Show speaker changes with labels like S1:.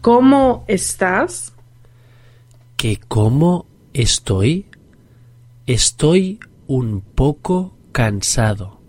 S1: ¿Cómo estás?
S2: ¿Que cómo estoy? Estoy un poco cansado.